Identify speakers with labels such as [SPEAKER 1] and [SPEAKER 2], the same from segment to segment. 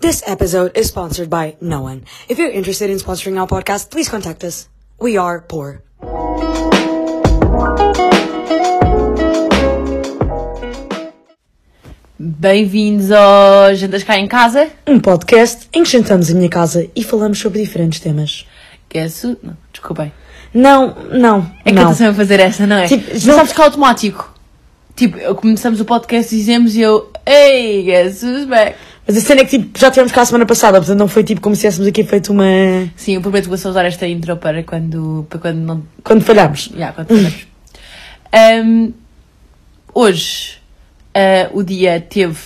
[SPEAKER 1] This episode is sponsored by no one. If you're interested in sponsoring our podcast, please contact us. We are poor.
[SPEAKER 2] Bem-vindos ao Jantas Cá em Casa.
[SPEAKER 1] Um podcast em que jantamos em minha casa e falamos sobre diferentes temas.
[SPEAKER 2] Guesso. Não, desculpem.
[SPEAKER 1] Não, não,
[SPEAKER 2] É que eu
[SPEAKER 1] não.
[SPEAKER 2] estou sempre a fazer essa, não é?
[SPEAKER 1] Tipo,
[SPEAKER 2] Mas
[SPEAKER 1] não-
[SPEAKER 2] sabes que é automático. Tipo, eu- começamos o podcast e dizemos e eu. Ei, guess who's back?
[SPEAKER 1] Mas a cena é que tipo, já tivemos cá a semana passada, portanto não foi tipo como se tivéssemos aqui feito uma...
[SPEAKER 2] Sim, eu prometo que vou só usar esta intro para quando. para quando não.
[SPEAKER 1] Quando falhámos.
[SPEAKER 2] Já, quando fizermos. Ahm, hoje ah, o dia teve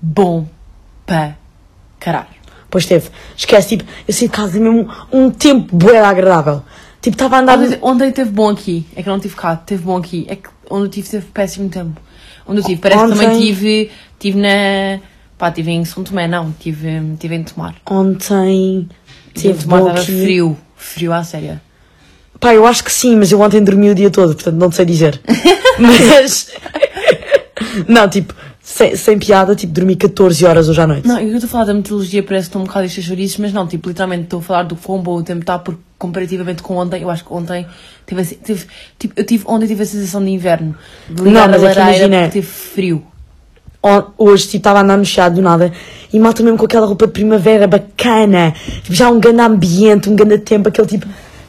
[SPEAKER 2] bom para caralho.
[SPEAKER 1] Pois teve. Esquece, tipo, eu saí de casa mesmo um tempo bué agradável. Tipo, estava a andar...
[SPEAKER 2] Ontem, ontem teve bom aqui. É que eu não tive cá, teve bom aqui. É que onde eu tive, teve péssimo tempo. Onde eu tive, parece que também
[SPEAKER 1] Ontem-
[SPEAKER 2] tive, tive na. Pá, tive em São Tomé, não, tive, tive em Tomar.
[SPEAKER 1] Ontem...
[SPEAKER 2] Tive em
[SPEAKER 1] Teve
[SPEAKER 2] Tomar,
[SPEAKER 1] bom
[SPEAKER 2] estava
[SPEAKER 1] aqui.
[SPEAKER 2] frio, frio à séria.
[SPEAKER 1] Pá, eu acho que sim, mas eu ontem dormi o dia todo, portanto não te sei dizer. mas. não, tipo, sem, sem piada, tipo, dormi 14 horas hoje à noite.
[SPEAKER 2] Não, eu estou a falar da meteorologia, parece que estou um bocado isso mas não, tipo, literalmente estou a falar do quão bom o tempo está, porque comparativamente com ontem, eu acho que ontem tive, a se- tive- tipo, eu tive, ontem tive a sensação de inverno. De ligar
[SPEAKER 1] mas
[SPEAKER 2] a
[SPEAKER 1] é que
[SPEAKER 2] lareira
[SPEAKER 1] imagina-
[SPEAKER 2] porque teve frio.
[SPEAKER 1] On- Hoje, tipo, estava a andar no chiado do nada e malta mesmo com aquela roupa de primavera bacana, tipo, já um grande ambiente, um grande tempo, aquele tipo,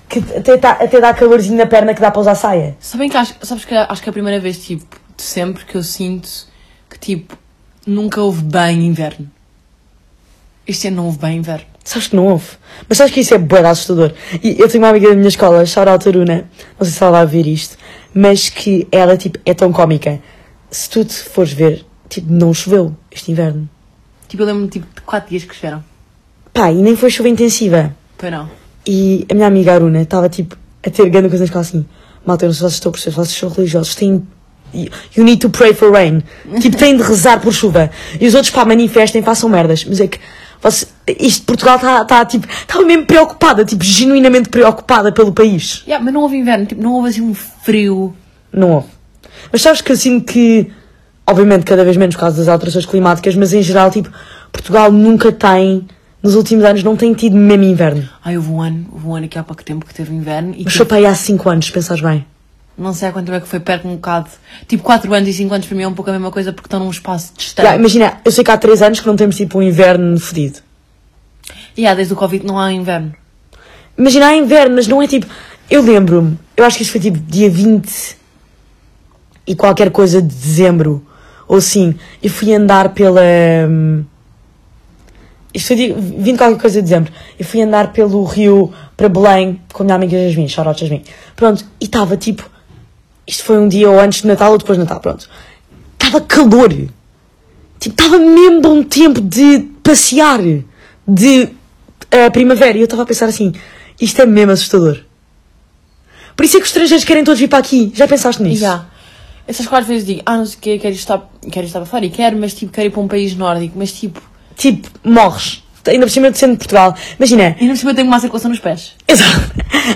[SPEAKER 1] que até, tá, até dá calorzinho na perna que dá para usar saia.
[SPEAKER 2] Sabem que acho, sabes que acho que é a primeira vez, tipo, de sempre que eu sinto que, tipo, nunca houve bem inverno. Este ano não houve bem inverno.
[SPEAKER 1] Sabes que não houve. Mas sabes que isso é bué de assustador. E eu tenho uma amiga da minha escola, Shara Altaruna, não sei se ela vai ver isto, mas que ela, tipo, é tão cómica. Se tu te fores ver, tipo, não choveu este inverno.
[SPEAKER 2] Tipo, eu lembro-me, tipo, de quatro dias que choveram.
[SPEAKER 1] Pá, e nem foi chuva intensiva.
[SPEAKER 2] Foi não.
[SPEAKER 1] E a minha amiga Aruna estava, tipo, a ter grande coisa na escola assim. Malta, eu não sei se vocês estão a perceber, vocês são religiosos, têm... You need to pray for rain. Tipo, têm de rezar por chuva. E os outros, pá, manifestem, façam merdas. Mas é que... Você, isto, Portugal está, tá, tipo... Estava mesmo preocupada, tipo, genuinamente preocupada pelo país.
[SPEAKER 2] Yeah, mas não houve inverno, tipo, não houve assim um frio.
[SPEAKER 1] Não houve. Mas sabes que eu sinto que, obviamente, cada vez menos por causa das alterações climáticas, mas em geral, tipo, Portugal nunca tem, nos últimos anos, não tem tido mesmo inverno.
[SPEAKER 2] Ai, houve um ano, houve um ano aqui há pouco tempo que teve inverno e
[SPEAKER 1] Mas
[SPEAKER 2] tipo,
[SPEAKER 1] foi para aí há 5 anos, se pensares bem.
[SPEAKER 2] não sei há quanto tempo é que foi, perco um bocado. Tipo, quatro anos e cinco anos para mim é um pouco a mesma coisa porque estão num espaço distante.
[SPEAKER 1] Já, imagina, eu sei que há 3 anos que não temos, tipo, um inverno fedido.
[SPEAKER 2] E yeah, desde o Covid não há inverno.
[SPEAKER 1] Imagina, há inverno, mas não é tipo... Eu lembro-me, eu acho que isso foi, tipo, dia 20 e qualquer coisa de dezembro, ou sim, eu fui andar pela... hum, Isto foi dia 20 e qualquer coisa de dezembro. Eu fui andar pelo rio para Belém com a minha amiga Jasmin, Charlotte Jasmin. Pronto, e estava tipo. Isto foi um dia ou antes de Natal ou depois de Natal, pronto. Estava calor. Tipo, estava mesmo bom tempo de passear, de eh, primavera. E eu estava a pensar assim: isto é mesmo assustador. Por isso é que os estrangeiros querem todos vir para aqui. Já pensaste nisso?
[SPEAKER 2] Já. Essas quatro vezes digo, ah, não sei o quê, quero ir estar, quero ir estar para fora e quero, mas tipo, quero ir para um país nórdico, mas tipo,
[SPEAKER 1] Tipo, morres. Ainda por cima de sendo de Portugal. Imagina,
[SPEAKER 2] ainda por cima tenho uma circulação nos pés.
[SPEAKER 1] Exato.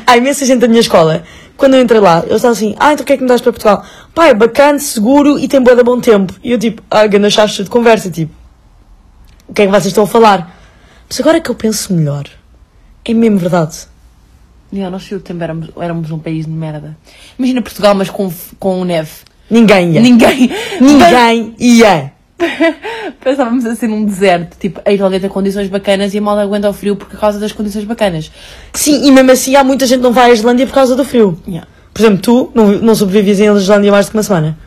[SPEAKER 1] Há imensa gente da minha escola. Quando eu entrei lá, eles estavam assim, ah, então o que é que me dás para Portugal? Pá, é bacana, seguro e tem boa de bom tempo. E eu tipo, ah, ganda chacha de conversa, tipo. O que é que vocês estão a falar? Mas agora que eu penso melhor, é mesmo verdade.
[SPEAKER 2] Não, nós sei o tempo éramos, éramos um país de merda. Imagina Portugal, mas com, f- com neve.
[SPEAKER 1] Ninguém ia.
[SPEAKER 2] É. Ninguém.
[SPEAKER 1] Ninguém ia.
[SPEAKER 2] Pensávamos a ser um deserto. Tipo, a Islândia tem condições bacanas e a malda aguenta o frio por causa das condições bacanas.
[SPEAKER 1] Sim, e mesmo assim há muita gente que não vai à Islândia por causa do frio.
[SPEAKER 2] Yeah.
[SPEAKER 1] Por exemplo, tu não, não sobrevives em Islândia mais do que uma semana.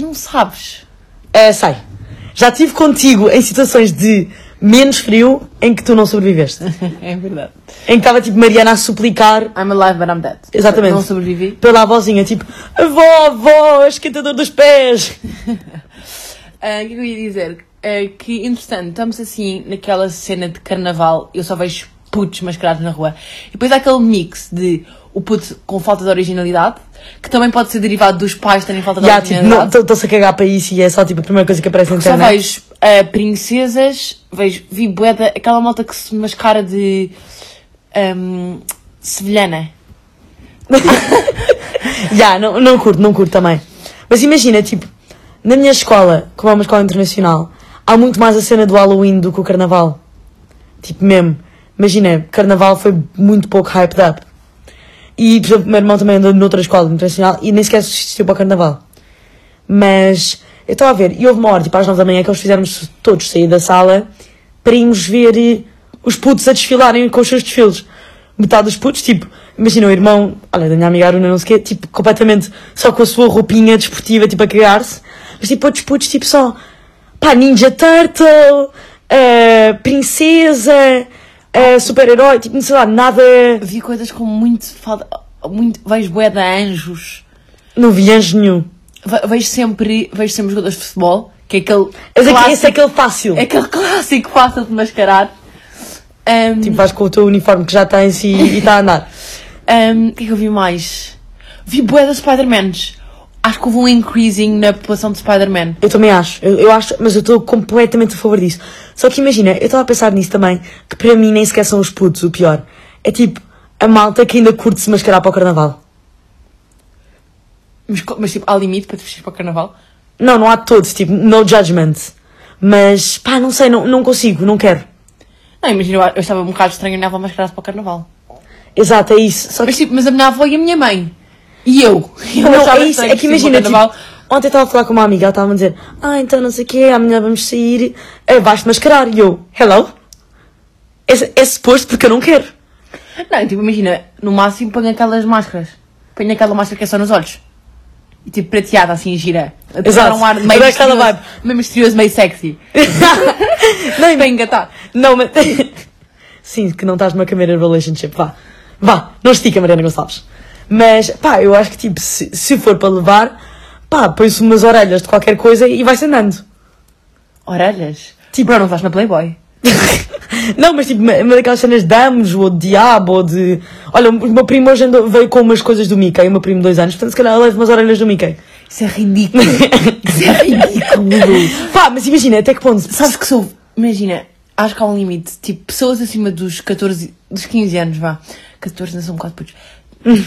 [SPEAKER 2] Não sabes.
[SPEAKER 1] É, sai. Já estive contigo em situações de menos frio em que tu não sobreviveste.
[SPEAKER 2] é verdade.
[SPEAKER 1] Em que estava tipo Mariana a suplicar
[SPEAKER 2] I'm alive, but I'm dead.
[SPEAKER 1] Exatamente.
[SPEAKER 2] Não sobrevivi.
[SPEAKER 1] pela avózinha, tipo, avó, avó, é esquentador dos pés.
[SPEAKER 2] Ah, O que eu ia dizer? Ah, que interessante, estamos assim naquela cena de carnaval, eu só vejo putos mascarados na rua. E depois há aquele mix de o puto com falta de originalidade, que também pode ser derivado dos pais terem falta de
[SPEAKER 1] Já, tipo, não,
[SPEAKER 2] originalidade.
[SPEAKER 1] estou-se a cagar para isso e é só tipo a primeira coisa que aparece na
[SPEAKER 2] só
[SPEAKER 1] internet.
[SPEAKER 2] vejo ah, princesas, vejo, vi boeda, aquela malta que se mascara de ahm, sevilhana.
[SPEAKER 1] Já, não, não curto, não curto também. Mas imagina, tipo, na minha escola, como é uma escola internacional, há muito mais a cena do Halloween do que o carnaval. Tipo, mesmo. Imagina, carnaval foi muito pouco hyped up. E, por exemplo, o meu irmão também andou noutra escola internacional e nem sequer assistiu para o carnaval. Mas eu estava a ver, e houve uma hora, tipo às 9 da manhã, que eles fizemos todos sair da sala para irmos ver eh, os putos a desfilarem com os seus desfiles. Metade dos putos, tipo, imagina o irmão, olha, da minha amiga Aruna, não sei o quê, tipo, completamente só com a sua roupinha desportiva, tipo, a cagar-se. Mas, tipo, outros putos, tipo, só, pá, Ninja Turtle, eh, Princesa,
[SPEAKER 2] Ah.
[SPEAKER 1] eh, Super-Herói, tipo, não sei lá, nada.
[SPEAKER 2] Vi coisas com muito falta. Muito, vejo bué de anjos.
[SPEAKER 1] Não vi anjo nenhum.
[SPEAKER 2] Ve- Vejo sempre, vejo sempre jogadores de futebol, que é aquele.
[SPEAKER 1] Mas é que-
[SPEAKER 2] clássico-
[SPEAKER 1] esse é aquele fácil.
[SPEAKER 2] É aquele clássico fácil de mascarar. Ahm,
[SPEAKER 1] Tipo, vais com o teu uniforme que já tens e está a andar.
[SPEAKER 2] ahm, o que é que eu vi mais? Vi bué da Spider-Mans. Acho que houve um increasing na população de Spider-Man.
[SPEAKER 1] Eu também acho, eu, eu acho, mas eu estou completamente a favor disso. Só que imagina, eu estava a pensar nisso também, que para mim nem sequer são os putos o pior. É tipo, a malta que ainda curte se mascarar para o carnaval.
[SPEAKER 2] Mas, co- mas, tipo, há limite para te vestir para o carnaval.
[SPEAKER 1] Não, não há de todos, tipo, no judgment. Mas, pá, não sei, não, não consigo, não quero.
[SPEAKER 2] Não, imagina, eu, eu estava um bocado estranho a minha avó mascarar-se para o carnaval.
[SPEAKER 1] Exato, é isso. Só que,
[SPEAKER 2] Mas tipo, mas a minha avó e a minha mãe. E eu. eu
[SPEAKER 1] não,
[SPEAKER 2] achava
[SPEAKER 1] é isso,
[SPEAKER 2] estranho
[SPEAKER 1] é que
[SPEAKER 2] vestir-me
[SPEAKER 1] imagina,
[SPEAKER 2] para o carnaval.
[SPEAKER 1] tipo, ontem eu estava a falar com uma amiga, ela estava a dizer, ah, então não sei o quê, amanhã vamos sair, eh, vais-te mascarar. E eu, hello? É, é suposto porque eu não quero.
[SPEAKER 2] Não, tipo, imagina, no máximo ponho aquelas máscaras. Ponho aquela máscara que é só nos olhos. E tipo, prateada, assim, gira. A
[SPEAKER 1] Exato.
[SPEAKER 2] dar Um ar meio
[SPEAKER 1] Adoro aquela
[SPEAKER 2] misterioso, meio misterioso, meio sexy.
[SPEAKER 1] Não,
[SPEAKER 2] Para engatar.
[SPEAKER 1] Não, mas. Sim, que não estás numa câmera relationship, vá. Vá, não estica, Mariana Gonçalves. Mas, pá, eu acho que tipo, se, se for para levar, pá, põe-se umas orelhas de qualquer coisa e vai-se andando.
[SPEAKER 2] Orelhas. Tipo, Bro, não vais na Playboy.
[SPEAKER 1] não, mas tipo, uma, uma daquelas cenas de Amos, ou de Diabo, ou de. Olha, o meu primo hoje andou- veio com umas coisas do Mickey, o meu primo de dois anos, portanto, se calhar eu levo umas orelhas do Mickey.
[SPEAKER 2] Isso é ridículo. Isso é ridículo.
[SPEAKER 1] pá, mas imagina, até que ponto.
[SPEAKER 2] Sabes que sou. Imagina, acho que há um limite. Tipo, pessoas acima dos 14. dos 15 anos, vá. 14 não são quatro putos.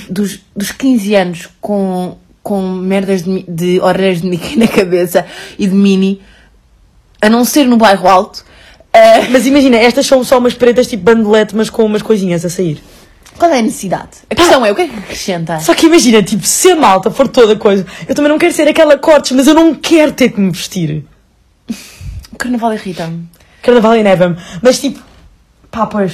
[SPEAKER 2] Dos, dos 15 anos com, com merdas de, mi- de orelhas de Mickey na cabeça e de mini, a não ser no bairro alto. eh,
[SPEAKER 1] Mas imagina, estas são só umas pretas tipo bandolete, mas com umas coisinhas a sair.
[SPEAKER 2] qual é a necessidade? A questão é, o que é que acrescenta?
[SPEAKER 1] Só que imagina, tipo, se a malta for toda coisa, eu também não quero ser aquela cortes, mas eu não quero ter que me vestir.
[SPEAKER 2] O carnaval irrita-me.
[SPEAKER 1] Carnaval e Nevam. Mas tipo, pá, pois.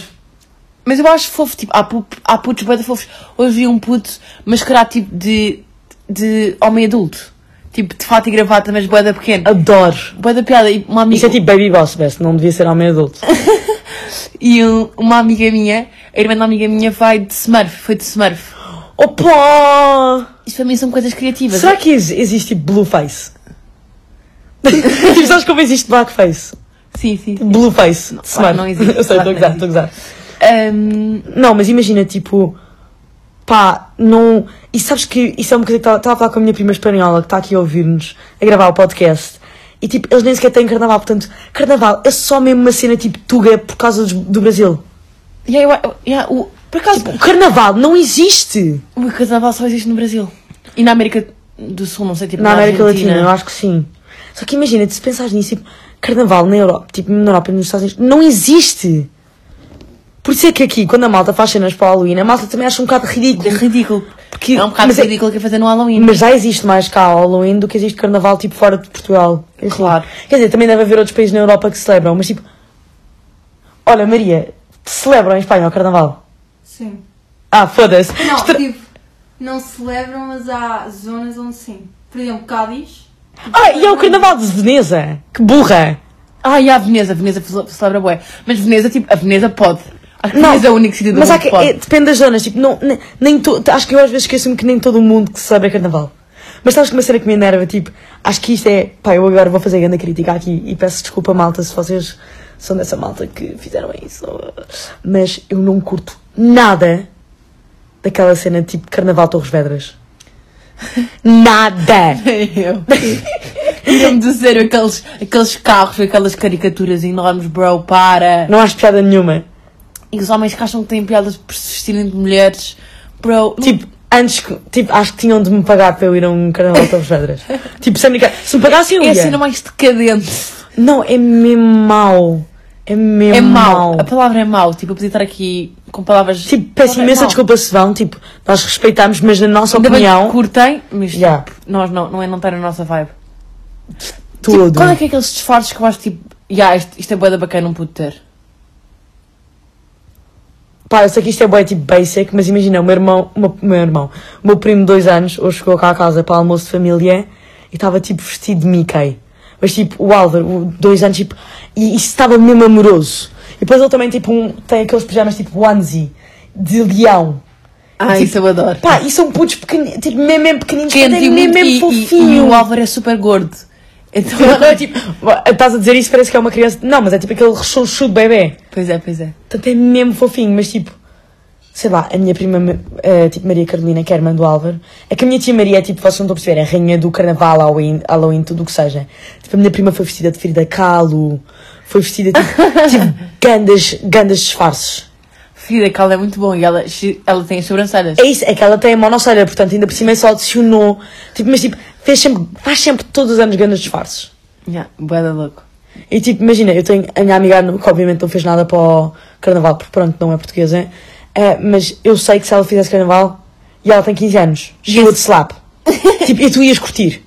[SPEAKER 2] Mas eu acho fofo, tipo, há, pu- há putos bem fofos. Hoje vi um puto mascarado tipo de, de homem adulto. Tipo, de fato e gravata, mas boeda pequeno.
[SPEAKER 1] Adoro.
[SPEAKER 2] Boa da piada, e uma
[SPEAKER 1] Isso
[SPEAKER 2] amiga,
[SPEAKER 1] é tipo Baby Boss Best, não devia ser homem adulto. tipo-
[SPEAKER 2] e um- uma amiga minha, a irmã da amiga minha vai de Smurf, foi de Smurf.
[SPEAKER 1] Opa!
[SPEAKER 2] Isto para mim são coisas criativas.
[SPEAKER 1] Será que ex- existe tipo Blueface? tipo, sabes como existe Blackface?
[SPEAKER 2] Sim, sim.
[SPEAKER 1] Então- Blueface. Não,
[SPEAKER 2] não existe.
[SPEAKER 1] Eu sei, estou a
[SPEAKER 2] Claro que
[SPEAKER 1] gozar,
[SPEAKER 2] não
[SPEAKER 1] estou a gozar.
[SPEAKER 2] Ahm,
[SPEAKER 1] Não, mas imagina, tipo, pá, não. E sabes que isso é uma coisa que estava a falar com a minha prima espanhola que está aqui a ouvir-nos, a gravar o podcast. E tipo, eles nem sequer têm carnaval, portanto, carnaval é só mesmo uma cena tipo Tuga por causa dos- do Brasil.
[SPEAKER 2] e aí, eu- yeah, o, por acaso,
[SPEAKER 1] O carnaval não existe
[SPEAKER 2] o carnaval só existe no Brasil. E na América do Sul, não sei, tipo
[SPEAKER 1] na
[SPEAKER 2] na
[SPEAKER 1] América
[SPEAKER 2] Argentina.
[SPEAKER 1] Latina, eu acho que sim. Só que imagina, se pensares nisso, tipo, carnaval na Europa, tipo, na Europa e nos Estados Unidos, não existe. Por isso é que aqui, quando a malta faz cenas para o Halloween, a malta também acha um bocado
[SPEAKER 2] É
[SPEAKER 1] ridículo.
[SPEAKER 2] ridículo.
[SPEAKER 1] Porque-
[SPEAKER 2] é um bocado
[SPEAKER 1] mas é-
[SPEAKER 2] ridículo que é fazer no Halloween.
[SPEAKER 1] Mas já existe mais cá Halloween do que existe carnaval tipo fora de Portugal. Assim,
[SPEAKER 2] Claro.
[SPEAKER 1] Quer dizer, também deve haver outros países na Europa que celebram, mas tipo. Olha, Maria, celebram em Espanha o carnaval?
[SPEAKER 3] Sim.
[SPEAKER 1] Ah, foda-se.
[SPEAKER 3] Não,
[SPEAKER 1] Estra-
[SPEAKER 3] tipo, não celebram, mas há zonas onde sim. Por exemplo, Cádiz.
[SPEAKER 1] Ah, e é o carnaval de Veneza! Que burra!
[SPEAKER 2] Ah, e há a Veneza, a Veneza celebra bué. Mas Veneza, tipo, a Veneza pode. Acho que Veneza é o único sítio do
[SPEAKER 1] mas há
[SPEAKER 2] mundo
[SPEAKER 1] que,
[SPEAKER 2] que pode.
[SPEAKER 1] é- depende das zonas, tipo, não, ne- nem, to- acho que eu às vezes esqueço-me que nem todo o mundo que celebra carnaval. Mas sabes que uma cena que me enerva, tipo, acho que isto é, pá, eu agora vou fazer grande crítica aqui e peço desculpa malta se vocês são dessa malta que fizeram isso. Mas eu não curto nada daquela cena tipo de carnaval Torres Vedras. Nada!
[SPEAKER 2] Eu. Tira-me do sério aqueles, aqueles carros, aquelas caricaturas enormes, bro, para.
[SPEAKER 1] Não acho piada nenhuma.
[SPEAKER 2] E os homens que acham que têm piadas por se vestirem de mulheres, bro. não-
[SPEAKER 1] Tipo, antes, que- tipo, acho que tinham de me pagar para eu ir a um carnaval Torres Vedras. tipo, sem brincar, se me pagassem eu
[SPEAKER 2] é
[SPEAKER 1] ia.
[SPEAKER 2] a cena mais decadente.
[SPEAKER 1] Não, é mesmo mau. É mesmo
[SPEAKER 2] É mau.
[SPEAKER 1] mau.
[SPEAKER 2] A palavra é mau. Tipo, eu podia estar aqui com palavras.
[SPEAKER 1] Tipo, peço
[SPEAKER 2] Palavra é
[SPEAKER 1] imensa
[SPEAKER 2] mau.
[SPEAKER 1] desculpa se vão, tipo, nós respeitamos, mas na nossa
[SPEAKER 2] Ainda bem que
[SPEAKER 1] opinião,
[SPEAKER 2] curtem, mas
[SPEAKER 1] Yeah.
[SPEAKER 2] tipo, nós não, não é não está na nossa vibe.
[SPEAKER 1] tudo.
[SPEAKER 2] Tipo, qual é que é aqueles disfarces que eu acho tipo. Yeah, isto, isto é boa da bacana, não pude ter.
[SPEAKER 1] Pá, eu sei que isto é bué, tipo, basic, mas imagina, o meu irmão, o meu, o meu irmão, o meu primo de dois anos, hoje chegou cá à casa para almoço de família e estava, tipo, vestido de Mickey. Mas, tipo, o Álvaro, o de dois anos, tipo, e isso estava mesmo amoroso. E depois ele também, tipo, um, tem aqueles pijamas, tipo, onesie, de leão.
[SPEAKER 2] Ah,
[SPEAKER 1] Tipo,
[SPEAKER 2] isso eu adoro.
[SPEAKER 1] Pá, e são putos pequeninos, tipo, mesmo, mesmo pequeninos,
[SPEAKER 2] Quente
[SPEAKER 1] mas é
[SPEAKER 2] e,
[SPEAKER 1] mesmo,
[SPEAKER 2] muito-
[SPEAKER 1] mesmo
[SPEAKER 2] e- e-
[SPEAKER 1] fofinho.
[SPEAKER 2] e o Álvaro é super gordo. Então,
[SPEAKER 1] Não, é tipo, estás a dizer isso, parece que é uma criança. Não, mas é tipo aquele rechonchudo bebê.
[SPEAKER 2] pois é, pois é.
[SPEAKER 1] Portanto, é mesmo fofinho, mas tipo, sei lá, a minha prima, eh, tipo Maria Carolina, que é a irmã do Álvaro, é que a minha tia Maria é tipo, vocês não estão a perceber, é a rainha do carnaval, Halloween, Halloween, tudo o que seja. Tipo, a minha prima foi vestida de Frida Kahlo, foi vestida tipo, tipo gandas, gandas disfarces.
[SPEAKER 2] Frida Kahlo é muito bom e ela, ela tem as sobrancelhas.
[SPEAKER 1] É isso, é que ela tem a monocelha, portanto, ainda por cima é só adicionou, tipo, mas tipo, fez sempre, faz sempre todos os anos gandas disfarces.
[SPEAKER 2] Yeah, bué da louco.
[SPEAKER 1] E tipo, imagina, eu tenho a minha amiga Anu, que obviamente não fez nada para o carnaval, porque pronto, não é portuguesa, eh, mas eu sei que se ela fizesse carnaval e ela tem 15 anos, she would slap. tipo, e tu ias curtir.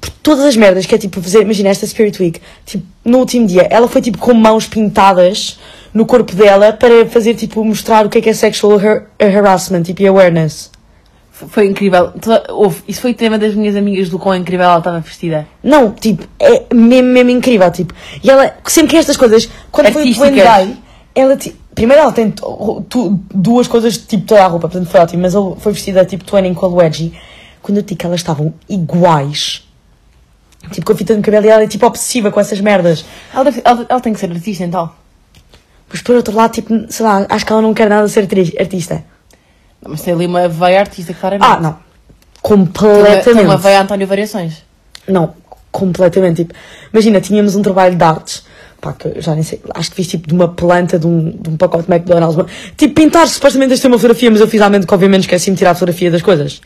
[SPEAKER 1] Por todas as merdas que é tipo fazer, imagina esta Spirit Week, tipo, no último dia, ela foi tipo com mãos pintadas no corpo dela para fazer tipo mostrar o que é que é sexual har- harassment, tipo, e awareness.
[SPEAKER 2] F- Foi incrível. Toda- houve- isso foi tema das minhas amigas do quão incrível ela estava vestida.
[SPEAKER 1] Não, tipo, é mesmo, mesmo incrível, tipo. E ela, sempre que estas coisas, quando foi o Gwen
[SPEAKER 2] Artísticas.
[SPEAKER 1] Day, ela, ti- primeiro ela tem to- tu- duas coisas, tipo, toda a roupa, portanto foi ótimo, mas ela foi vestida, tipo, twinning com a Luigi. Quando eu te digo que elas estavam iguais, tipo, com a fita no cabelo, e ela é, tipo, obsessiva com essas merdas.
[SPEAKER 2] Ela, deve- ela- ela tem que ser artista, então.
[SPEAKER 1] Mas por outro lado, tipo, sei lá, acho que ela não quer nada ser atriz- artista.
[SPEAKER 2] Não, Mas tem ali uma veia artista, claramente.
[SPEAKER 1] Ah, não.
[SPEAKER 2] Tem uma-
[SPEAKER 1] Completamente.
[SPEAKER 2] Tem uma veia António Variações.
[SPEAKER 1] Não, completamente. Tipo, imagina, tínhamos um trabalho de artes. Pá, que eu já nem sei. Acho que fiz tipo de uma planta, de um, de um pacote de McDonald's. uma- Tipo, pintar supostamente esta é uma fotografia, mas eu fiz à mente que obviamente esqueci-me de tirar a fotografia das coisas.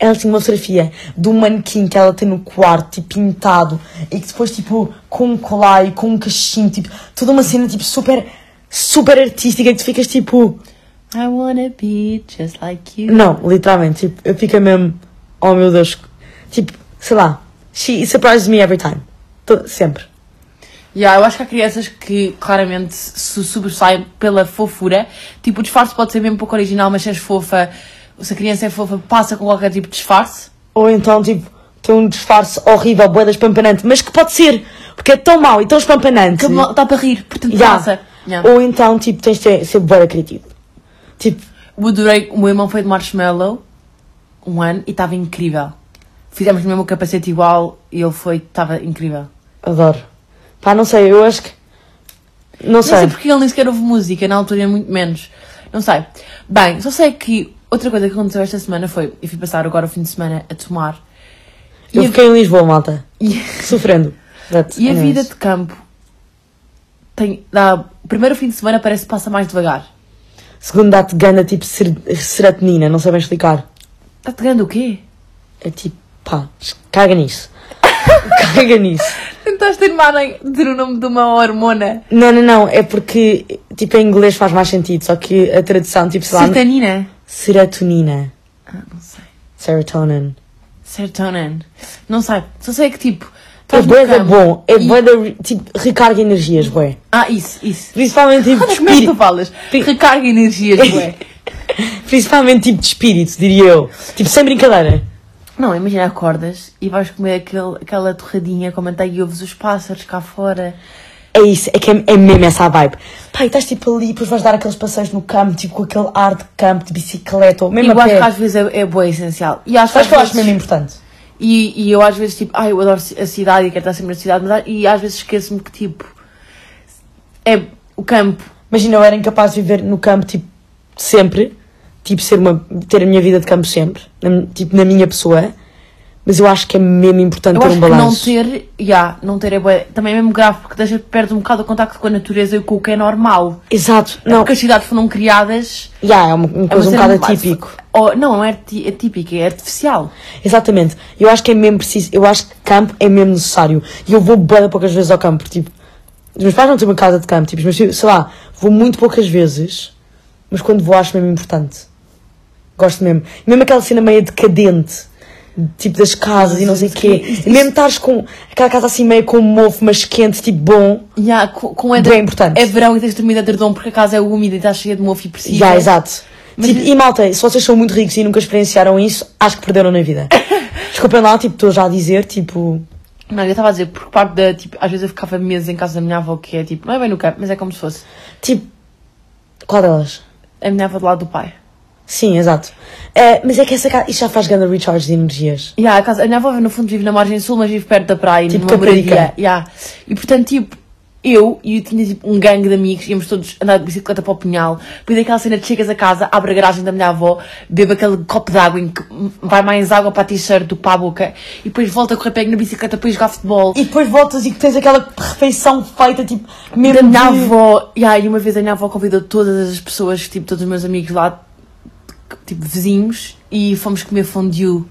[SPEAKER 1] Ela tinha uma fotografia de um manequim que ela tem no quarto, tipo, pintado, e que depois, tipo, com um colar e com um cachinho, tipo, toda uma cena, tipo, super, super artística, que tu ficas, tipo,
[SPEAKER 2] I wanna be just like you.
[SPEAKER 1] não, literalmente, tipo, eu fico mesmo, oh meu Deus, tipo, sei lá, she surprises me every time, To- sempre.
[SPEAKER 2] Yeah, eu acho que há crianças que claramente se sobressaem pela fofura. Tipo, o disfarce pode ser mesmo pouco original, mas se és fofa, se a criança é fofa, passa com qualquer tipo de disfarce.
[SPEAKER 1] Ou então, tipo, tem um disfarce horrível, boeda espampanante, mas que pode ser, porque é tão mau e tão espampanante.
[SPEAKER 2] Que mal- dá para rir, portanto
[SPEAKER 1] Yeah.
[SPEAKER 2] passa. Yeah.
[SPEAKER 1] Ou então, tipo, tens de ser, ser boeda criativo. Tipo,
[SPEAKER 2] Eu adorei, o meu irmão foi de marshmallow um ano e estava incrível. Fizemos mesmo o capacete igual e ele foi, estava incrível.
[SPEAKER 1] adoro. Pá, não sei, eu acho que. Não
[SPEAKER 2] Não sei
[SPEAKER 1] sei.
[SPEAKER 2] porque ele nem sequer ouve música, na altura muito menos. Não sei. Bem, só sei que outra coisa que aconteceu esta semana foi, eu fui passar agora o fim de semana a tomar.
[SPEAKER 1] Eu
[SPEAKER 2] e a-
[SPEAKER 1] fiquei em Lisboa, malta,
[SPEAKER 2] e-
[SPEAKER 1] sofrendo. That's
[SPEAKER 2] E a
[SPEAKER 1] anyways.
[SPEAKER 2] vida de campo tem, dá, o primeiro fim de semana parece que passa mais devagar.
[SPEAKER 1] Segundo dá-te gana, tipo, ser- serotonina, não sei bem explicar.
[SPEAKER 2] Está pegando Tá o quê?
[SPEAKER 1] É tipo, pá, caga nisso. caga nisso.
[SPEAKER 2] Tentaste animar em dizer o nome de uma hormona.
[SPEAKER 1] Não, não, não, é porque, tipo, em inglês faz mais sentido, só que a tradução, tipo, sei lá,
[SPEAKER 2] Sertanina?
[SPEAKER 1] serotonina,
[SPEAKER 2] Ah, não sei.
[SPEAKER 1] serotonin.
[SPEAKER 2] Serotonin. Não sei. Só sei que tipo.
[SPEAKER 1] É
[SPEAKER 2] estás no
[SPEAKER 1] bué da
[SPEAKER 2] campo
[SPEAKER 1] bom, é
[SPEAKER 2] e-
[SPEAKER 1] bué da, re- tipo, recarga energias, bué.
[SPEAKER 2] Ah, isso, isso.
[SPEAKER 1] Principalmente, tipo, de
[SPEAKER 2] Como é que
[SPEAKER 1] espírito, Tipo,
[SPEAKER 2] tu
[SPEAKER 1] é.
[SPEAKER 2] falas?
[SPEAKER 1] Pi-
[SPEAKER 2] Recarga energias, ué.
[SPEAKER 1] principalmente, tipo, de espírito, diria eu. Tipo, sem brincadeira.
[SPEAKER 2] Não, imagina, acordas e vais comer aquele, aquela torradinha com manteiga e ouves os pássaros cá fora.
[SPEAKER 1] É isso, é que é, é mesmo essa a vibe. Pá, e estás, tipo, ali, depois vais dar aqueles passeios no campo, tipo, com aquele ar de campo, de bicicleta, ou mesmo
[SPEAKER 2] Eu
[SPEAKER 1] a
[SPEAKER 2] acho que às
[SPEAKER 1] pé.
[SPEAKER 2] vezes é, é boa, essencial. E acho que
[SPEAKER 1] Sabes
[SPEAKER 2] às
[SPEAKER 1] que eu acho
[SPEAKER 2] vezes-
[SPEAKER 1] mesmo importante?
[SPEAKER 2] E, e eu às vezes, tipo, ai, eu adoro ci- a cidade e quero estar sempre na cidade, mas, a- e às vezes esqueço-me que, tipo, é o campo.
[SPEAKER 1] Imagina, eu era incapaz de viver no campo, tipo, sempre. Tipo, ser uma, ter a minha vida de campo sempre. na- tipo, na minha pessoa. Mas eu acho que é mesmo importante
[SPEAKER 2] Eu
[SPEAKER 1] ter
[SPEAKER 2] acho
[SPEAKER 1] um
[SPEAKER 2] que não
[SPEAKER 1] balanço.
[SPEAKER 2] ter, já, não ter é bué- também é mesmo grave, porque deixa, perde um bocado o contacto com a natureza e com o que é normal.
[SPEAKER 1] Exato. Não,
[SPEAKER 2] É Porque as cidades foram criadas...
[SPEAKER 1] yeah, é uma, uma
[SPEAKER 2] é
[SPEAKER 1] coisa um
[SPEAKER 2] cena
[SPEAKER 1] bocado
[SPEAKER 2] normal.
[SPEAKER 1] atípico.
[SPEAKER 2] Ou- não, não é arti- atípica, é artificial.
[SPEAKER 1] Exatamente. Eu acho que é mesmo preciso. Eu acho que campo é mesmo necessário. E eu vou bem poucas vezes ao campo. Tipo, Os meus pais não têm uma casa de campo, tipo, mas sei lá, vou muito poucas vezes, mas quando vou acho mesmo importante. Gosto mesmo. E mesmo aquela cena meio decadente, tipo das casas e não sei o quê. E mesmo estares com aquela casa assim meio com mofo, mas quente, tipo bom.
[SPEAKER 2] Yeah, com, com é,
[SPEAKER 1] Bem importante.
[SPEAKER 2] é verão e tens de dormir de edredom porque a casa é úmida e está cheia de mofo e precisa.
[SPEAKER 1] Já, exato.
[SPEAKER 2] Tipo, é. Mas-
[SPEAKER 1] Tipo, e malta, se vocês são muito ricos e nunca experienciaram isso, acho que perderam na vida. Desculpem lá, tipo, estou já a dizer, tipo,
[SPEAKER 2] Não, eu estava a dizer, por parte da, tipo, às vezes eu ficava meses em casa da minha avó, que é tipo, não é bem no campo, mas é como se fosse
[SPEAKER 1] tipo, qual delas?
[SPEAKER 2] a minha avó do lado do pai.
[SPEAKER 1] Sim, exato. Eh, mas é que essa casa, isto já faz grande recharge de energias.
[SPEAKER 2] Yeah, a, casa, a minha avó no fundo vive na margem sul, mas vive perto da praia,
[SPEAKER 1] Tipo
[SPEAKER 2] numa
[SPEAKER 1] Caparica.
[SPEAKER 2] moradia. Yeah. E portanto, tipo, eu e eu tinha tipo um gangue de amigos, íamos todos andar de bicicleta para o punhal, depois aquela cena de chegas a casa, abre a garagem da minha avó, bebe aquele copo de água em que hum, vai mais água para a t-shirt do que para a boca, e depois volta a correr, pego na bicicleta, depois jogar futebol.
[SPEAKER 1] E depois voltas e que tens aquela refeição feita, tipo,
[SPEAKER 2] da
[SPEAKER 1] mesmo
[SPEAKER 2] minha
[SPEAKER 1] de-
[SPEAKER 2] avó, yeah, e uma vez a minha avó convidou todas as pessoas, tipo, todos os meus amigos lá, tipo, vizinhos, e fomos comer fondue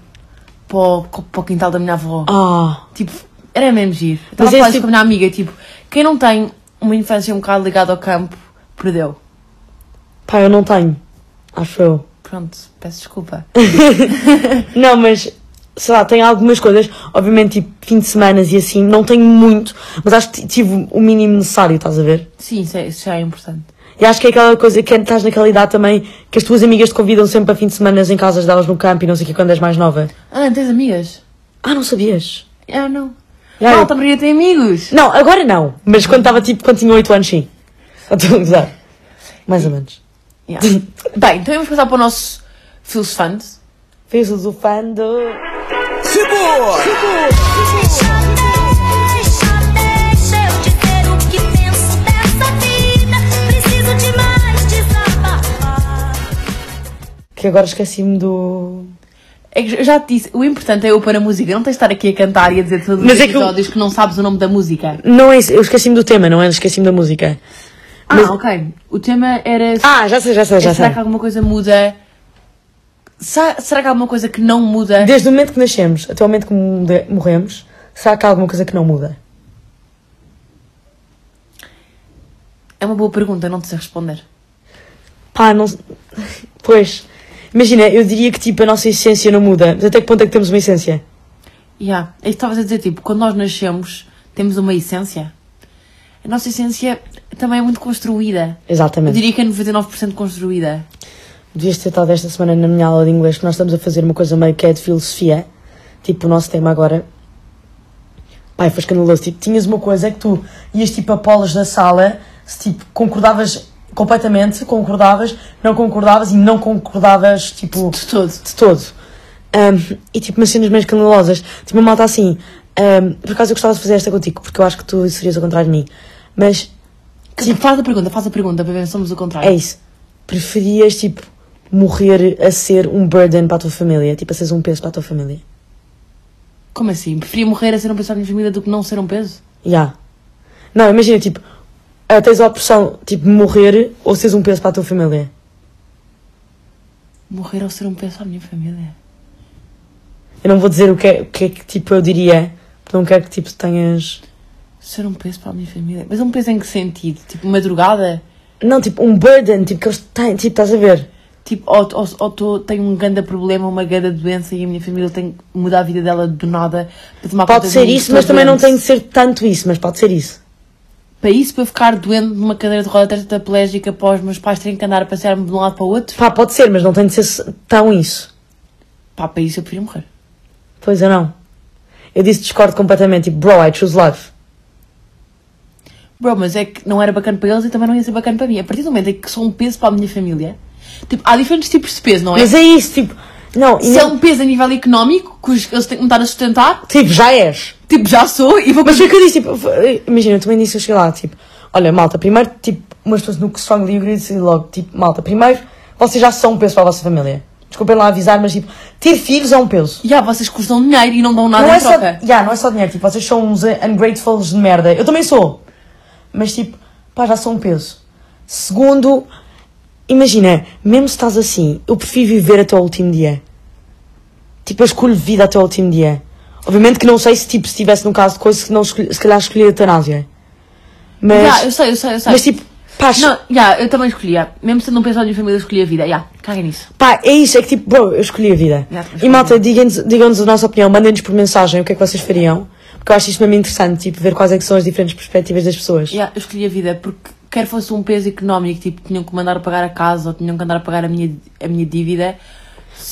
[SPEAKER 2] para o, para o quintal da minha avó.
[SPEAKER 1] Ah,
[SPEAKER 2] Tipo, era mesmo giro. Eu
[SPEAKER 1] Mas é assim-
[SPEAKER 2] Estava a falar
[SPEAKER 1] esse
[SPEAKER 2] isso com a minha amiga, tipo, quem não tem uma infância um bocado ligada ao campo, perdeu.
[SPEAKER 1] pá, eu não tenho. Acho eu.
[SPEAKER 2] Pronto, peço desculpa.
[SPEAKER 1] Não, mas sei lá, tenho algumas coisas, obviamente, tipo, fim de semana e assim, não tenho muito, mas acho que t- tive o mínimo necessário, estás a ver?
[SPEAKER 2] Sim, isso, é, isso já é importante.
[SPEAKER 1] E acho que é aquela coisa que estás naquela idade também que as tuas amigas te convidam sempre a fim de semana em casas delas no campo e não sei o que quando és mais nova.
[SPEAKER 2] Ah, tens amigas?
[SPEAKER 1] Ah, não sabias?
[SPEAKER 2] Ah, não.
[SPEAKER 1] Já
[SPEAKER 2] Malta,
[SPEAKER 1] eu-
[SPEAKER 2] a maioria tem amigos.
[SPEAKER 1] Não, agora não, mas quando estava tipo, quando tinha 8 anos, sim. Eu Estou a gozar. Mais ou menos.
[SPEAKER 2] Yeah. Bem, então vamos passar para o nosso filosofante.
[SPEAKER 1] Fez o zufando.
[SPEAKER 4] Deixa, deixa eu dizer o que penso dessa vida. Preciso de mais desabafar.
[SPEAKER 1] Que agora esqueci-me do.
[SPEAKER 2] É que eu já te disse, o importante é eu pôr a música. Não tens de estar aqui a cantar e a dizer todos os
[SPEAKER 1] Mas é que eu-
[SPEAKER 2] episódios que, não sabes o nome da música.
[SPEAKER 1] Não é isso, eu esqueci-me do tema, não é? Esqueci-me da música. Mas-
[SPEAKER 2] Ah, ok. O tema era...
[SPEAKER 1] Ah, já sei, já sei, já
[SPEAKER 2] será
[SPEAKER 1] sei.
[SPEAKER 2] que alguma coisa muda... Sa- Será que alguma coisa que não muda...
[SPEAKER 1] Desde o momento que nascemos até o momento que mude- morremos, será que há alguma coisa que não muda?
[SPEAKER 2] É uma boa pergunta, não te sei responder.
[SPEAKER 1] Pá, não. se- Pois. Imagina, eu diria que tipo a nossa essência não muda. Mas até que ponto é que temos uma essência?
[SPEAKER 2] Yeah. É isso que estavas a dizer, tipo, quando nós nascemos, temos uma essência. A nossa essência também é muito construída. Eu
[SPEAKER 1] Exatamente.
[SPEAKER 2] diria que é 99% construída.
[SPEAKER 1] Devias ter estado esta semana na minha aula de inglês, que nós estamos a fazer uma coisa meio que é de filosofia. Tipo, o nosso tema agora. Pai, foi escandaloso. Tipo, tinhas uma coisa que tu ias tipo a polos da sala, se tipo concordavas completamente, concordavas, não concordavas e não concordavas, tipo.
[SPEAKER 2] De todo.
[SPEAKER 1] de todo. Ahm, e tipo umas cenas meio escandalosas. Tipo, uma malta assim. ahm, por acaso eu gostava de fazer esta contigo, porque eu acho que tu serias ao contrário de mim. Mas
[SPEAKER 2] Tipo, faz a pergunta, faz a pergunta para ver se somos o contrário.
[SPEAKER 1] é isso. Preferias, tipo, morrer a ser um burden para a tua família? Tipo, a seres um peso para a tua família?
[SPEAKER 2] Como assim? Preferia morrer a ser um peso para a minha família do que não ser um peso?
[SPEAKER 1] Já. Não, imagina, tipo, ah, tens a opção, tipo, morrer ou seres um peso para a tua família?
[SPEAKER 2] Morrer ou ser um peso para a minha família?
[SPEAKER 1] Eu não vou dizer o que é o que, é que tipo, eu diria, porque não quero que, tipo, tenhas...
[SPEAKER 2] Ser um peso para a minha família? Mas um peso em que sentido? Tipo, madrugada?
[SPEAKER 1] Não, tipo, um burden, tipo, que eles têm, tipo, estás a ver?
[SPEAKER 2] Tipo, ou, ou, ou tô- tenho um grande problema, uma grande doença e a minha família tem que mudar a vida dela do nada para tomar
[SPEAKER 1] Pode
[SPEAKER 2] conta de
[SPEAKER 1] ser
[SPEAKER 2] mim,
[SPEAKER 1] isso,
[SPEAKER 2] estou
[SPEAKER 1] mas também não
[SPEAKER 2] doente.
[SPEAKER 1] tem de ser tanto isso, mas pode ser isso.
[SPEAKER 2] Para isso, para eu ficar doente numa cadeira de roda tetraplégica, para os meus pais terem que andar a passear-me de um lado para o outro,
[SPEAKER 1] Pá, pode ser, mas não tem de ser s- tão isso.
[SPEAKER 2] pá, para isso eu prefiro morrer.
[SPEAKER 1] Pois eu não. Eu disse discordo completamente, tipo, bro, I choose life.
[SPEAKER 2] Bro, mas é que não era bacana para eles e também não ia ser bacana para mim. A partir do momento em que sou um peso para a minha família, tipo, há diferentes tipos de peso, não é?
[SPEAKER 1] Mas é isso, tipo, não, e
[SPEAKER 2] Se é
[SPEAKER 1] não
[SPEAKER 2] um peso a nível económico, que os- eles têm que me estar a sustentar,
[SPEAKER 1] tipo, já és.
[SPEAKER 2] tipo, já sou e vou
[SPEAKER 1] Mas foi o que eu disse, tipo, foi- imagina, eu também disse, eu cheguei lá, tipo, olha, malta, primeiro, tipo, umas pessoas no que strongly agree, disse logo, tipo, malta, primeiro, vocês já são um peso para a vossa família. Desculpem lá avisar, mas tipo, ter filhos é um peso.
[SPEAKER 2] Já, vocês custam dinheiro e não dão nada
[SPEAKER 1] não
[SPEAKER 2] em
[SPEAKER 1] é, só,
[SPEAKER 2] troca.
[SPEAKER 1] yeah, não é só dinheiro, tipo, vocês são uns ungratefuls de merda. Eu também sou. Mas tipo, pá, já são um peso. Segundo, imagina, mesmo se estás assim, eu prefiro viver até o último dia. Tipo, eu escolho vida até o último dia. Obviamente que não sei se tipo, se estivesse num caso de coisa, se, não escolhi, se calhar escolhi a eutanásia. Mas,
[SPEAKER 2] Já, eu sei, eu sei, eu sei.
[SPEAKER 1] mas tipo, pá,
[SPEAKER 2] Não, já, eu também escolhi, já. Mesmo sendo um pensado de família, eu escolhi a vida, já. Caguem nisso.
[SPEAKER 1] Pá, é isso, é que tipo, bro, eu escolhi a vida.
[SPEAKER 2] Já, escolhi.
[SPEAKER 1] E malta, digam-nos digam a nossa opinião, mandem-nos por mensagem o que é que vocês fariam, porque eu acho isto mesmo interessante, tipo, ver quais é que são as diferentes perspectivas das pessoas.
[SPEAKER 2] Já, eu escolhi a vida porque quer fosse um peso económico, tipo, tinham que mandar a pagar a casa ou tinham que andar a pagar a minha, a minha dívida.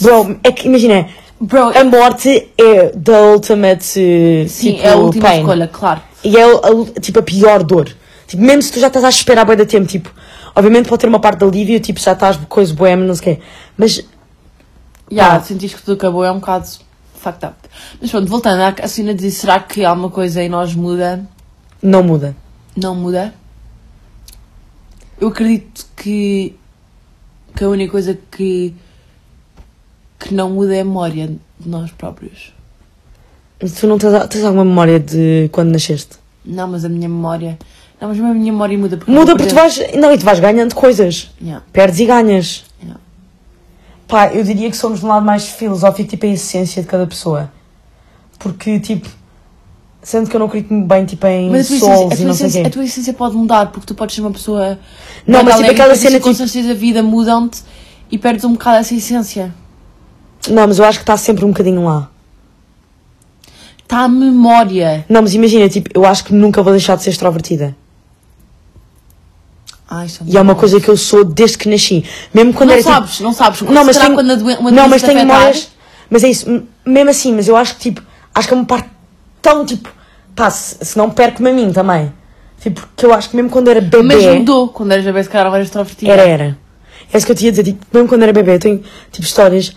[SPEAKER 1] Bro, é que imagina,
[SPEAKER 2] Bro,
[SPEAKER 1] a morte é the ultimate eh,
[SPEAKER 2] sim,
[SPEAKER 1] tipo,
[SPEAKER 2] é a última
[SPEAKER 1] pain.
[SPEAKER 2] escolha, claro.
[SPEAKER 1] E é a- tipo a pior dor. Tipo, mesmo se tu já estás à espera há bué de tempo, tipo, obviamente pode ter uma parte de alívio, tipo, já estás coisa boema, não sei o quê. Mas
[SPEAKER 2] Já,
[SPEAKER 1] Pá.
[SPEAKER 2] sentiste que tudo acabou, é um bocado fucked up. Mas pronto, voltando, à- a Sina diz, será que alguma coisa em nós muda?
[SPEAKER 1] não muda.
[SPEAKER 2] Não muda? Eu acredito que, que a única coisa que, que não muda é a memória de nós próprios.
[SPEAKER 1] Tu não tens, tens alguma memória de quando nasceste?
[SPEAKER 2] Não, mas a minha memória. Não, mas a minha memória muda porque.
[SPEAKER 1] Muda porque tu vais. Não, e tu vais ganhando coisas.
[SPEAKER 2] Yeah,
[SPEAKER 1] Perdes e ganhas.
[SPEAKER 2] yeah.
[SPEAKER 1] Pá, eu diria que somos de um lado mais filosófico, tipo a essência de cada pessoa. Porque, tipo, sendo que eu não acredito bem, tipo, em
[SPEAKER 2] Mas a tua,
[SPEAKER 1] souls e
[SPEAKER 2] essência, a, tua
[SPEAKER 1] não sei o
[SPEAKER 2] essência, a
[SPEAKER 1] quê.
[SPEAKER 2] tua essência pode mudar porque tu podes ser uma pessoa. é
[SPEAKER 1] Não,
[SPEAKER 2] bué
[SPEAKER 1] mas tipo
[SPEAKER 2] alegre,
[SPEAKER 1] aquela
[SPEAKER 2] depois
[SPEAKER 1] cena,
[SPEAKER 2] As
[SPEAKER 1] tipo,
[SPEAKER 2] circunstâncias da vida mudam-te e perdes um bocado essa essência.
[SPEAKER 1] Não, mas eu acho que está sempre um bocadinho lá.
[SPEAKER 2] Está a memória.
[SPEAKER 1] Não, mas imagina, tipo, eu acho que nunca vou deixar de ser extrovertida.
[SPEAKER 2] Ai, isso
[SPEAKER 1] E é uma coisa que eu sou desde que nasci. Mesmo quando
[SPEAKER 2] Não
[SPEAKER 1] era tipo-
[SPEAKER 2] sabes, não sabes.
[SPEAKER 1] Não, mas
[SPEAKER 2] Será
[SPEAKER 1] tenho,
[SPEAKER 2] quando a doen- uma
[SPEAKER 1] não,
[SPEAKER 2] doença
[SPEAKER 1] mas
[SPEAKER 2] te
[SPEAKER 1] tenho
[SPEAKER 2] afetar?
[SPEAKER 1] memórias. Mas é isso, m- mesmo assim, mas eu acho que tipo, acho que é uma parte tão tipo, pá, se, se não perco-me a mim também. Tipo, que eu acho que mesmo quando era bebê.
[SPEAKER 2] Mas mudou quando eras bebê, se calhar não eras extrovertida.
[SPEAKER 1] Era, era. É isso que eu tinha a dizer, tipo, mesmo quando era bebê, eu tenho tipo histórias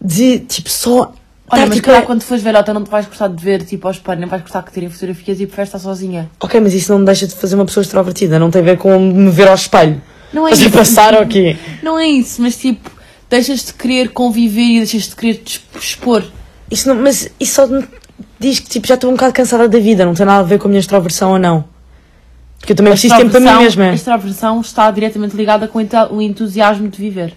[SPEAKER 1] de tipo só.
[SPEAKER 2] Olha,
[SPEAKER 1] estar,
[SPEAKER 2] mas
[SPEAKER 1] tipo,
[SPEAKER 2] calhar
[SPEAKER 1] a-
[SPEAKER 2] quando fores velhota não te vais gostar de ver tipo ao espelho, não vais gostar de terem fotografias e preferes estar sozinha.
[SPEAKER 1] Ok, mas isso não me deixa de fazer uma pessoa extrovertida, não tem a ver com me ver ao espelho.
[SPEAKER 2] Não é
[SPEAKER 1] Mas
[SPEAKER 2] isso.
[SPEAKER 1] passar ou quê?
[SPEAKER 2] Não é isso, mas tipo, deixas de querer conviver e deixas de querer te expor.
[SPEAKER 1] Isso não, mas isso só me diz que tipo, já estou um bocado cansada da vida, não tem nada a ver com a minha extroversão ou não. Porque eu também preciso de tempo para mim
[SPEAKER 2] Extroversão-
[SPEAKER 1] mesma.
[SPEAKER 2] A extraversão está diretamente ligada com o entu- o entusiasmo de viver.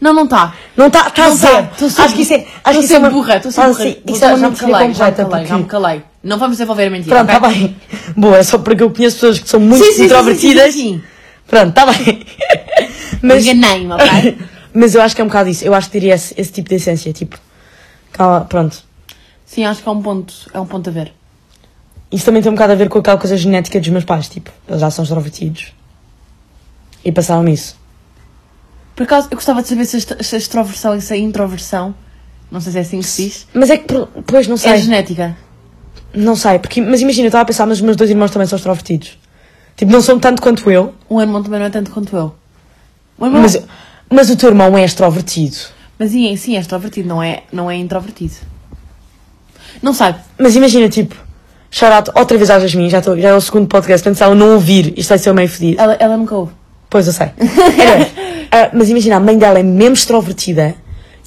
[SPEAKER 2] Não, não está.
[SPEAKER 1] Não está, está
[SPEAKER 2] Não
[SPEAKER 1] zero.
[SPEAKER 2] tá. Tô sempre-
[SPEAKER 1] acho que isso é.
[SPEAKER 2] tô
[SPEAKER 1] Acho que isso é
[SPEAKER 2] sempre
[SPEAKER 1] uma
[SPEAKER 2] burra, estou
[SPEAKER 1] Ah,
[SPEAKER 2] sempre burra.
[SPEAKER 1] sim,
[SPEAKER 2] Vou
[SPEAKER 1] Isso é
[SPEAKER 2] dar-
[SPEAKER 1] uma
[SPEAKER 2] já me
[SPEAKER 1] mentira
[SPEAKER 2] calei, já me
[SPEAKER 1] completa.
[SPEAKER 2] calei, já me
[SPEAKER 1] porque-
[SPEAKER 2] calei. Não vamos desenvolver a mentira.
[SPEAKER 1] Pronto, está
[SPEAKER 2] ok?
[SPEAKER 1] bem. Boa, é só porque eu conheço pessoas que são muito
[SPEAKER 2] Sim, sim, sim,
[SPEAKER 1] introvertidas.
[SPEAKER 2] sim, sim, sim.
[SPEAKER 1] Pronto, está bem. Mas,
[SPEAKER 2] Enganei-me, ok?
[SPEAKER 1] mas eu acho que é um bocado isso. Eu acho que diria esse, esse tipo de essência. Tipo, cala, pronto.
[SPEAKER 2] Sim, acho que é um ponto, é um ponto a ver.
[SPEAKER 1] Isso também tem um bocado a ver com aquela coisa genética dos meus pais. Tipo, eles já são extrovertidos. E passaram isso.
[SPEAKER 2] Por acaso, eu gostava de saber se a est- se a extroversão e se a introversão, não sei se é assim que se diz,
[SPEAKER 1] Mas é que, por- pois, não sei.
[SPEAKER 2] é genética.
[SPEAKER 1] Não sei, porque, mas imagina, eu estava a pensar, mas os meus dois irmãos também são extrovertidos. Tipo, não são tanto quanto eu,
[SPEAKER 2] Um irmão também não é tanto quanto eu. Um irmão,
[SPEAKER 1] mas,
[SPEAKER 2] mas,
[SPEAKER 1] mas o teu irmão é extrovertido.
[SPEAKER 2] sim, é- sim, é extrovertido, não é, não é introvertido. Não sabe.
[SPEAKER 1] Mas imagina, tipo, shout out outra vez às Jasmin, já, tô, já é o segundo podcast, portanto, se ela não ouvir, isto vai ser o meio fedido.
[SPEAKER 2] Ela, ela nunca ouve.
[SPEAKER 1] Pois eu sei. Anyway, ah, mas imagina, a mãe dela é mesmo extrovertida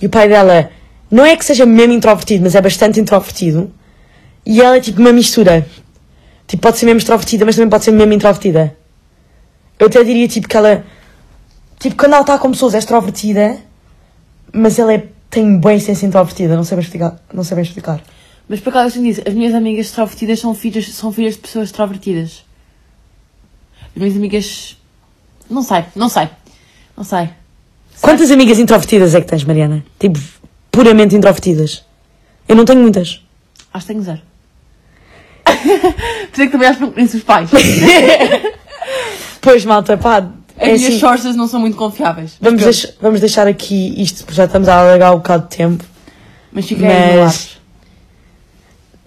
[SPEAKER 1] e o pai dela não é que seja mesmo introvertido, mas é bastante introvertido. E ela é tipo uma mistura. Tipo, pode ser mesmo extrovertida, mas também pode ser mesmo introvertida. Eu até diria tipo que ela. Tipo, quando ela está com pessoas é extrovertida, mas ela é, tem bem essência introvertida, não sei bem explicar. Não sei bem explicar.
[SPEAKER 2] Mas por acaso, assim diz, as minhas amigas extrovertidas são filhas, são filhas de pessoas extrovertidas. As minhas amigas. Não sei, não sei. Não sei.
[SPEAKER 1] Quantas amigas introvertidas é que tens, Mariana? Tipo, puramente introvertidas. Eu não tenho muitas.
[SPEAKER 2] Acho que tenho zero. Por isso é que também acho que não conheço os pais.
[SPEAKER 1] Pois, malta, pá. É
[SPEAKER 2] As minhas
[SPEAKER 1] assim,
[SPEAKER 2] sources não são muito confiáveis. Mas
[SPEAKER 1] vamos,
[SPEAKER 2] pronto,
[SPEAKER 1] deix- vamos deixar aqui isto, porque já estamos a alargar um bocado de tempo.
[SPEAKER 2] Mas fiquei aí no ar.
[SPEAKER 1] mas-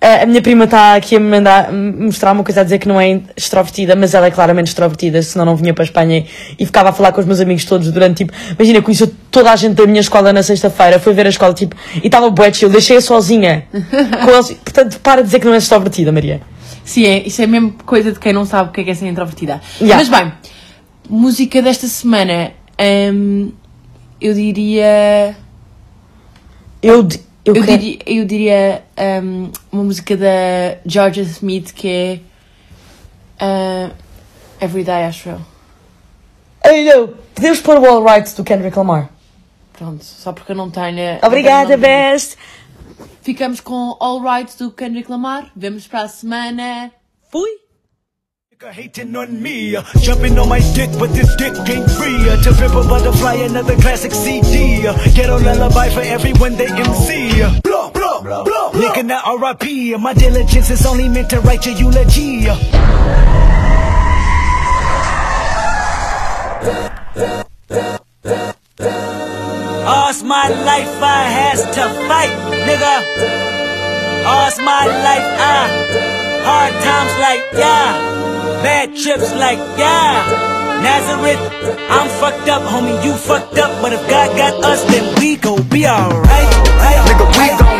[SPEAKER 1] A, a minha prima está aqui a me mandar, me mostrar uma coisa a dizer que não é extrovertida, mas ela é claramente extrovertida, senão não vinha para a Espanha e, e ficava a falar com os meus amigos todos durante, tipo, imagina, conheceu toda a gente da minha escola na sexta-feira, foi ver a escola, tipo, e estava bué chill, deixei-a sozinha. Com eles- portanto, para de dizer que não é extrovertida, Maria.
[SPEAKER 2] Sim, é, isso é mesmo coisa de quem não sabe o que é, que é ser introvertida.
[SPEAKER 1] Yeah.
[SPEAKER 2] Mas bem, música desta semana, hum, eu diria.
[SPEAKER 1] Eu, di- eu,
[SPEAKER 2] Eu
[SPEAKER 1] quero-
[SPEAKER 2] diria, eu diria hum, uma música da Georgia Smith que é. hum, Everyday, acho eu.
[SPEAKER 1] Ei, não, podemos pôr o All Right do Kendrick Lamar.
[SPEAKER 2] Pronto, só porque eu não tenho.
[SPEAKER 1] Obrigada,
[SPEAKER 2] não tenho-
[SPEAKER 1] best.
[SPEAKER 2] Ficamos com All Right do Kendrick Lamar. Vemos para a semana.
[SPEAKER 1] Fui.
[SPEAKER 5] Nigga Hating on me, uh, jumping on my dick, but this dick ain't free. uh, To rip a butterfly, another classic CD. uh, Ghetto lullaby for everyone they MC. uh, Blow, blow, blow, blow. Nigga, now RIP. uh, My diligence is only meant to write your eulogy. uh. All's my life I has to fight, nigga. All's my life I hard times like yeah, bad trips like yeah. Nazareth, I'm fucked up, homie. You fucked up, but if God got us, then we gon' be alright. Right? Nigga, we gon'